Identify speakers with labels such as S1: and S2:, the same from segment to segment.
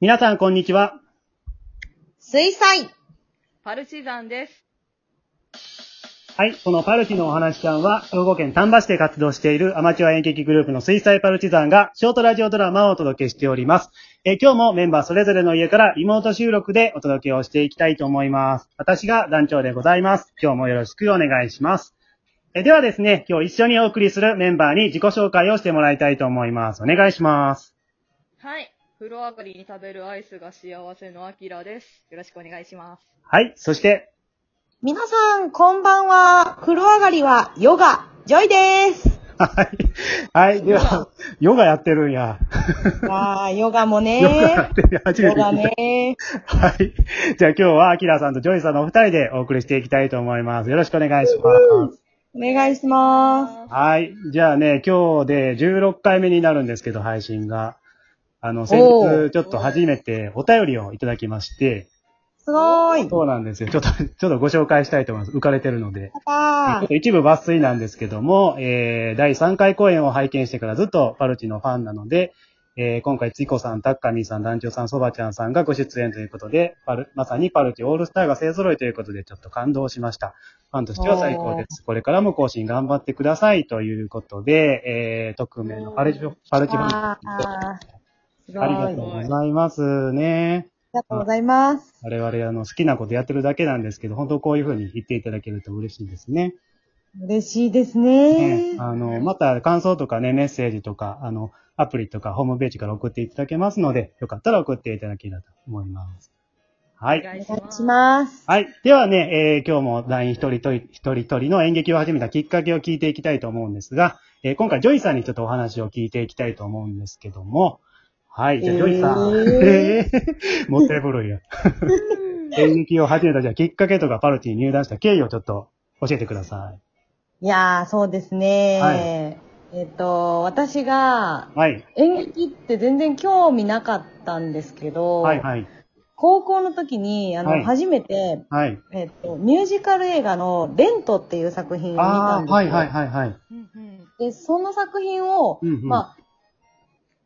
S1: 皆さん、こんにちは。
S2: 水彩。
S3: パルチザンです。
S1: はい、このパルチのお話ちゃんは、兵庫県丹波市で活動しているアマチュア演劇グループの水彩パルチザンが、ショートラジオドラマをお届けしております。えー今日もメンバーそれぞれの家からリモート収録でお届けをしていきたいと思います。私が団長でございます。今日もよろしくお願いします。えーではですね、今日一緒にお送りするメンバーに自己紹介をしてもらいたいと思います。お願いします。
S3: はい。風呂上がりに食べるアイスが幸せのアキラです。よろしくお願いします。
S1: はい、そして、
S2: 皆さん、こんばんは。風呂上がりはヨガ、ジョイです。
S1: はい、はい、では、ヨガやってるんや。
S2: あー、ヨガも
S1: ヨガや
S2: ね
S1: っ。てる初め
S2: ヨ
S1: て聞いた
S2: ガ
S1: は
S2: ね。
S1: い。じゃあ今日はアキラさんとジョイさんのお二人でお送りしていきたいと思います。よろしくお願いします。
S2: お願いしま
S1: はい。じゃあね、今日で16回目になるんですけど、配信が。あの、先
S2: おー
S1: 日ちょっと初めてお便りをいただきまして、
S2: す。すごーい。
S1: そうなんですよ。ちょっと、ちょっとご紹介したいと思います。浮かれてるので。ちょ
S2: あ
S1: っと一部抜粋なんですけども、えー、第3回公演を拝見してからずっとパルチのファンなので、えー、今回、ついこさん、タッカミーさん、団長さん、そばちゃんさんがご出演ということで、パルまさにパルチオールスターが勢揃いということで、ちょっと感動しました。ファンとしては最高です。これからも更新頑張ってくださいということで、えー、匿名のパルチ、パルチファン、あ
S2: あー。すごい。
S1: りがと
S2: あり
S1: うございますね。
S2: がとうございます。
S1: 我々、あの、好きなことやってるだけなんですけど、本当こういうふうに言っていただけると嬉しいですね。
S2: 嬉しいですね
S1: ね。あの、また感想とかね、メッセージとか、あの、アプリとかホームページから送っていただけますので、よかったら送っていただければと思います。は。
S3: はい
S2: お願いします。
S1: はい。ではね、えー今日も団員一人とり一人一人の演劇を始めたきっかけを聞いていきたいと思うんですが、えー今回ジョイさんにちょっとお話を聞いていきたいと思うんですけども、はい。じゃあ、ジョイさん。
S2: え
S1: え ーもったいぶるんや。演劇を始めたじゃあきっかけとかパルティに入団した経緯をちょっと教えてくださ
S2: いやー、そうです
S1: はい
S2: ね。えっと、私が
S1: い。はい。
S2: 演劇って全然興味なかったんですけど、
S1: はい、はい。
S2: 高校の時に、あの、
S1: はい
S2: 初めて、
S1: はい。
S2: えっと、ミュージカル映画のレントっていう作品を見た
S1: あ
S2: んです
S1: あ、
S2: よ。
S1: はいはいはいはい。
S3: うんうん
S2: で、その作品を、
S1: うんうん
S2: まあ、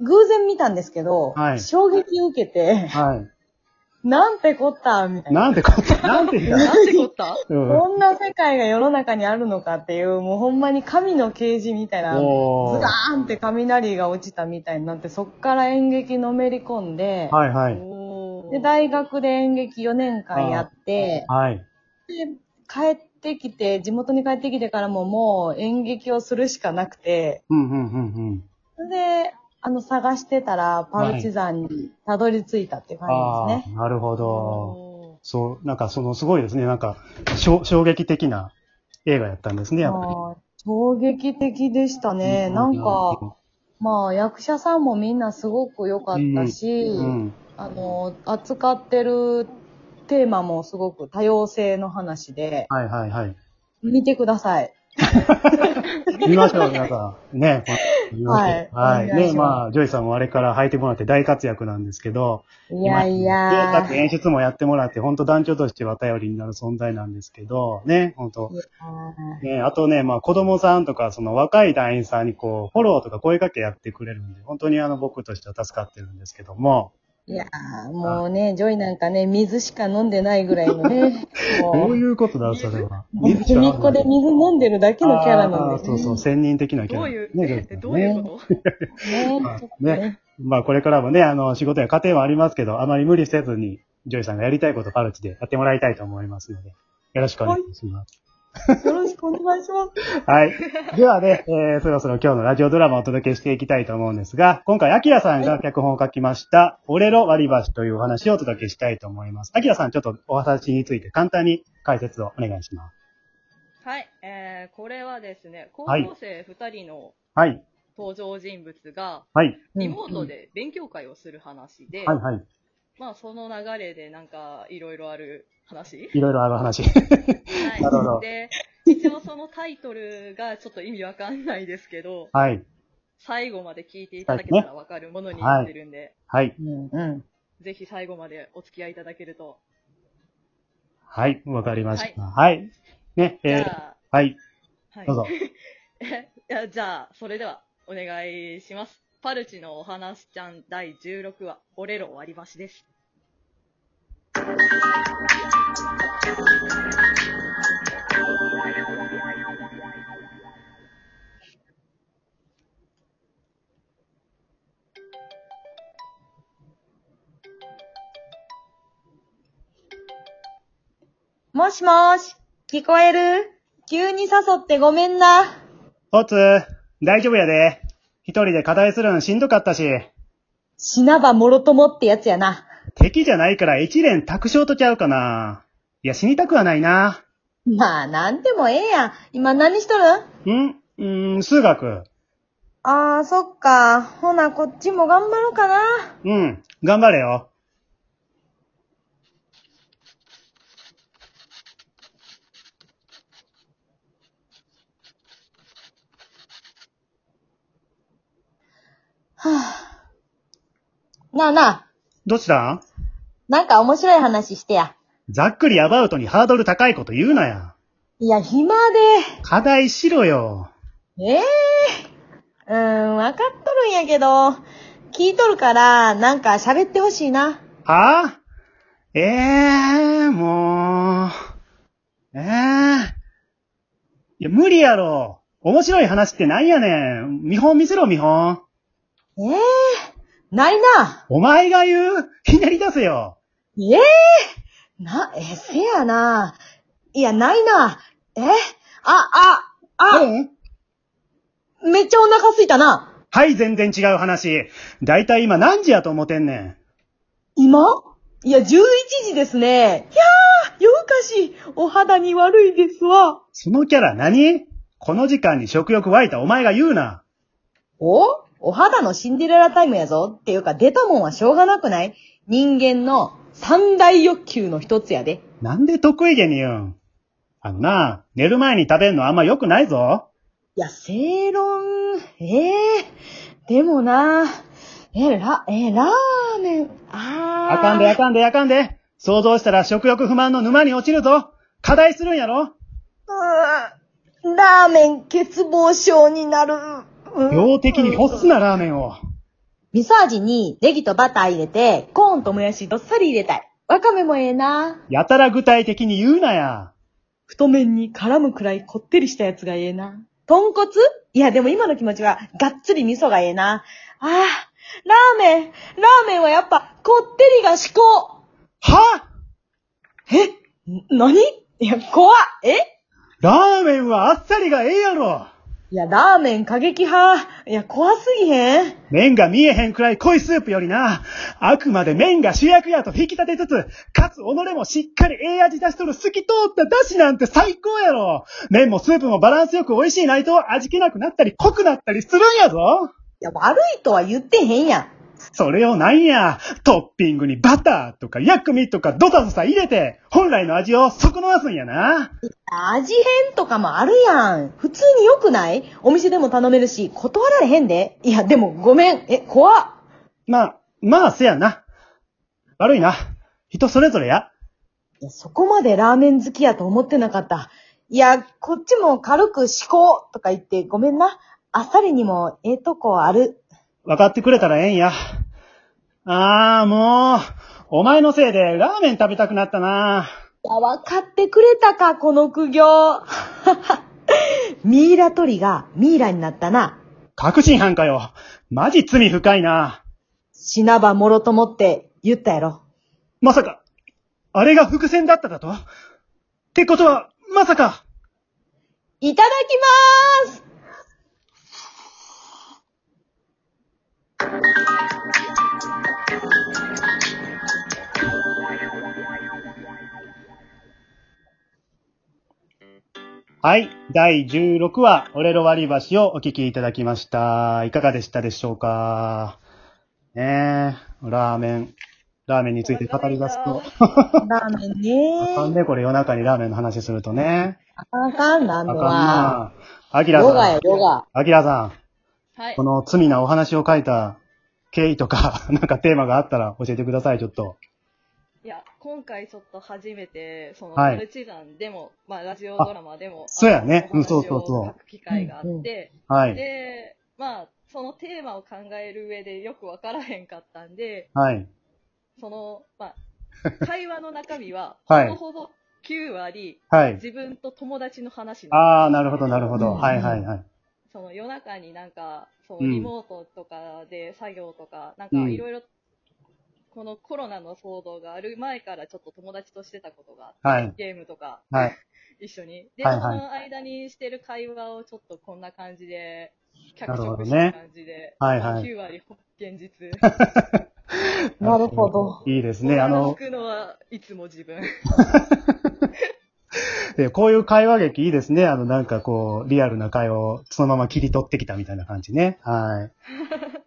S2: 偶然見たんですけど、
S1: はい
S2: 衝撃を受けて、
S1: は
S2: なんてこったみた
S1: い。
S2: いな。
S1: なんて こった、なんて言った
S3: なんてこった
S1: うん。
S2: こんな世界が世の中にあるのかっていう、もうほんまに神の啓示みたいな、ズ
S1: おー
S2: ガーンって雷が落ちたみたいになって、そっから演劇のめり込んで、
S1: はいはい。
S3: おー
S2: で、大学で演劇4年間やって、
S1: はい。
S2: 帰ってきて、地元に帰ってきてからももう演劇をするしかなくて、
S1: うんうんうんうん。
S2: それで、あの、探してたら、パルチザンにたどり着いたっていう感
S1: あ
S2: じです
S1: あ、なるほど。
S3: お
S1: そう、なんかそのすごいですね。なんか、しょ衝撃的な映画やったんですね、
S2: ね。
S1: やっぱり。
S2: あー衝撃的でしたね。
S1: う
S2: なんか、、まあ、役者さんもみんなすごく良かったし、
S1: うん。
S2: あの、扱ってるテーマもすごく多様性の話で、
S1: はいはいはい。
S2: 見てください。
S1: 見ましょう、皆さん。 ね。見ましょう
S2: はい
S1: はい。
S2: お願い
S1: ね、
S2: します
S1: まあ、ジョイさんもあれから履いてもらって大活躍なんですけど、
S2: いやいや
S1: 制作演出もやってもらって、本当団長としては頼りになる存在なんですけど、ね、本当
S2: ー
S1: ね、あとね、まあ子供さんとか、その若い団員さんにこう、フォローとか声かけやってくれるんで、本当にあの僕としては助かってるんですけども、
S2: いやーもうね、ジョイなんかね、水しか飲んでないぐらいの ね、
S1: どう
S2: も
S1: いうことだ、それは。
S2: う、もう隅っこで水飲んでるだけのキャラなん
S1: あー
S2: で
S1: そうそう、専任的なキャ
S3: ど
S1: ラ、
S3: ういう、
S1: ね
S3: えどういう
S1: ね
S3: こと
S2: すね。
S1: まあ
S2: ちょっと
S1: ね。まあこれからもね、あの、仕事や家庭はありますけど、あまり無理せずに、ジョイさんがやりたいことパルチでやってもらいたいと思いますので、よろしくお願いします。
S2: よろしくお願いします。
S1: はい。ではね、えーそろそろ今日のラジオドラマをお届けしていきたいと思うんですが、今回、アキラさんが脚本を書きました、俺の割り箸というお話をお届けしたいと思います。アキラさん、ちょっとお話について簡単に解説をお願いします。
S3: はい。えー、これはですね、高
S1: はい
S3: 校生二人の
S1: はい。
S3: 登場人物が、
S1: はい。
S3: リモートで勉強会をする話で、
S1: はい、はい。
S3: まあその流れでなんかいろいろある話。
S1: いろいろある 話。
S3: はい。
S1: なるほど
S3: で、一応そのタイトルがちょっと意味わかんないですけど、
S1: はい。
S3: 最後まで聞いていただけたらわかるものになってるんで、
S1: はい。
S2: うんうん。
S3: ぜひ最後までお付き合いいただけると。
S1: はい。わかりました。はい。ね、
S3: じ
S1: え
S3: ゃ
S1: ー、
S3: あ、
S1: はい。
S3: はい
S1: どうぞ。
S3: いやじゃあ、それではお願いします。パルチのお話ちゃん第16話、折れろ割り箸です。
S2: もしもーし、聞こえる急に誘ってごめんな。
S1: おつ、大丈夫やで。一人で課題するんしんどかったし、
S2: 死なばもろともってやつやな。
S1: 敵じゃないから一連卓勝とちゃうかな。いや、死にたくはないな。
S2: まあ、なんでもええやん。今何しとる
S1: んうーん、数学。
S2: ああ、そっか。ほな、こっちも頑張ろうかな。
S1: うん、頑張れよ。
S2: なあなあ、
S1: どうしたん
S2: なんか面白い話してや。
S1: ざっくりアバウトにハードル高いこと言うなや。
S2: いや、暇
S1: 課題しろよ。
S2: で。ええうーん、わかっとるんやけど、聞いとるから、なんか喋ってほしいな。
S1: はぁ、ええー、もう。ええいや、無理やろ。面白い話ってなんやねん。見本見せろ、見本。
S2: ええないな。
S1: お前が言うひねり出せよ。
S2: ええな、え、せやな。いや、ないな。えあ、あ、あ、
S1: うん
S2: めっちゃお腹すいたな。
S1: はい、全然違う話。だいたい今何時やと思ってんねん。
S2: 今いや、11時ですね。いやー、夜更かし、お肌に悪いですわ。
S1: そのキャラ何この時間に食欲湧いたお前が言うな。
S2: おお肌のシンデレラタイムやぞ。っていうか、出たもんはしょうがなくない人間の三大欲求の一つやで。
S1: なんで得意げに言うんあのな、寝る前に食べんのあんま良くないぞ。
S2: いや、正論、ええでもな、え、ら、え、ラーメン、あー。
S1: あかんであかんであかんで。想像したら食欲不満の沼に落ちるぞ。課題するんやろ
S2: うーんラーメン欠乏症になる。うん
S1: 量的に欲すなラーメンを。
S2: 味噌味にネギとバター入れて、コーンともやしどっさり入れたい。わかめもええな。
S1: やたら具体的に言うなや。
S2: 太麺に絡むくらいこってりしたやつがええな。豚骨いや、でも今の気持ちは、がっつり味噌がええな。ああ、ラーメン、ラーメンはやっぱ、こってりが至高
S1: は
S2: えん何いや、怖っえ
S1: ラーメンはあっさりがええやろ。
S2: いや、ラーメン過激派。いや、怖すぎへん
S1: 麺が見えへんくらい濃いスープよりな、あくまで麺が主役やと引き立てつつ、かつ己もしっかりええ味出しとる透き通った出汁なんて最高やろ麺もスープもバランスよく美味しいないと味気なくなったり濃くなったりするんやぞ
S2: いや、悪いとは言ってへんやん。
S1: それをなんや、トッピングにバターとか薬味とかドサドサ入れて、本来の味を損なわすんやな。
S2: 味変とかもあるやん。普通に良くないお店でも頼めるし、断られへんで。いや、でもごめん。え、怖っ。
S1: まあ、まあせやな。悪いな。人それぞれや。
S2: いや、そこまでラーメン好きやと思ってなかった。いや、こっちも軽く思考とか言ってごめんな。あっさりにもええとこある。
S1: 分かってくれたらええんや。あーもう、お前のせいでラーメン食べたくなったな。
S2: いや、分かってくれたか、この苦行。 ミイラ取りがミイラになったな。
S1: 確信犯かよ。マジ罪深いな。
S2: 死なばもろともって言ったやろ。
S1: まさか、あれが伏線だっただとってことは、まさか、
S2: いただきまーす
S1: はい。第16話、俺の割り箸をお聞きいただきました。いかがでしたでしょうかねえ、ラーメン。ラーメンについて語り出すと。
S2: ラーメン
S1: あかん
S2: ね
S1: ね、これ夜中にラーメンの話するとね。
S2: あかんあかん、ラー
S1: あ
S2: メ
S1: か
S2: ン
S1: ん
S2: は。
S1: な。アキラ
S2: ヨガ
S1: さん
S2: や、。ヨガ。
S1: アキラさ
S3: は
S1: ん、
S3: い
S1: こ。の罪なお話を書いた経緯とか、 なんかテーマがあったら教えてください、ちょっと。
S3: いや、今回ちょっと初めて、その、
S1: はい
S3: マルチザンでも、まあ、ラジオドラマでも、
S1: そうやね
S3: あの
S1: うんそうそうそう
S3: お話を書く機会があって、
S1: はい。
S3: で、まあ、そのテーマを考える上でよくわからへんかったんで、
S1: はい。
S3: その、ま あ、会話の中身は、
S1: はい
S3: ほぼほぼ9割、
S1: はい。
S3: 自分と友達の話なん
S1: ああ、なるほど、なるほど。
S2: うん
S1: はいはいはい。
S3: その夜中になんか、その
S1: うん
S3: リモートとかで作業とか、
S1: う
S3: なん
S1: ん
S3: かいろいろ、このコロナの騒動がある前からちょっと友達としてたことがあって、
S1: はい。
S3: ゲームとか
S1: はい。
S3: 一緒に。で、
S1: はいはい
S3: その間にしてる会話をちょっとこんな感じで、
S1: な
S3: 脚
S1: るほど
S3: 色
S1: ね
S3: した感じで、
S1: はいはい
S3: まあ9割現実。
S2: なるほど。
S1: いいですね。あの、
S3: 聞くのはいつも自分。
S1: でこういう会話劇いいですね。あの、なんかこう、リアルな会話をそのまま切り取ってきたみたいな感じね。 はい。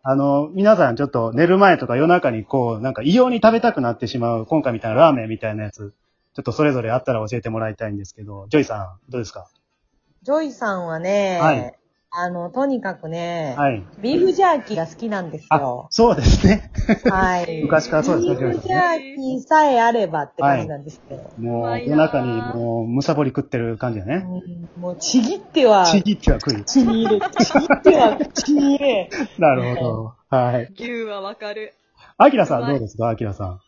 S1: あの、皆さんちょっと寝る前とか夜中にこう、なんか異様に食べたくなってしまう、今回みたいなラーメンみたいなやつ、ちょっとそれぞれあったら教えてもらいたいんですけど、ジョイさん、どうですか
S2: ジョイさんはね、
S1: はい
S2: あの、とにかくね、
S1: はい。
S2: ビーフジャーキーが好きなんです
S1: あ
S2: よ、。
S1: そうですね。
S2: はい。
S1: 昔からそうですね、ジ
S2: ビ
S1: ョイ
S2: ーフ
S1: さん
S2: ジ
S1: ね。
S2: ャーキーさえあればって感じなんですけど。
S1: も
S3: う
S1: う
S3: ま、い
S1: 夜
S3: な
S1: 中にもう、むさぼり食ってる感じだね。
S2: うんもうちぎっては、
S1: ちぎっては食い。
S2: 口に入れ、ちぎっては口に入 れ。
S1: なるほど。はい。
S3: 牛はわかる。
S1: アキラさんどうですかアキラさん。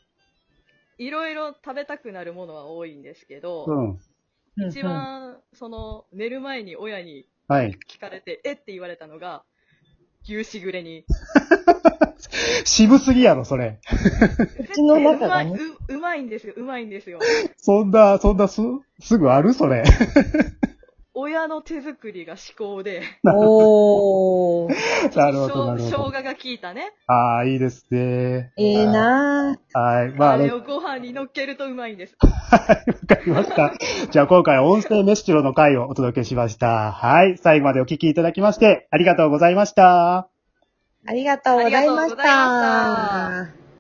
S3: いろいろ食べたくなるものは多いんですけど、
S1: うん。
S3: 一番、その、寝る前に親に
S1: はい。
S3: 聞かれて、えって言われたのが、牛しぐれに。
S1: 渋すぎやろ、それ。
S2: 口の中がね
S3: うまいううまいんですよ、うまいんですよ。
S1: そんな、そんなす、すぐあるそれ。
S3: 親の手作りが至高で、
S2: うんうんおー。
S1: なるほど、なる
S3: 生生
S1: ほ
S3: 姜
S1: ど。
S3: が効いたね。
S1: ああ、いいですね。
S2: ええな
S1: はい。まあ、
S3: あ
S1: あの
S3: れをご飯に乗っけるとうまいんです。
S1: わかりました。じゃあ今回は音声メッシュロの回をお届けしました。はい。最後までお聞きいただきまして、ありがとうございました。
S2: ありがとうございま
S3: ありがとう
S2: し。
S3: ございました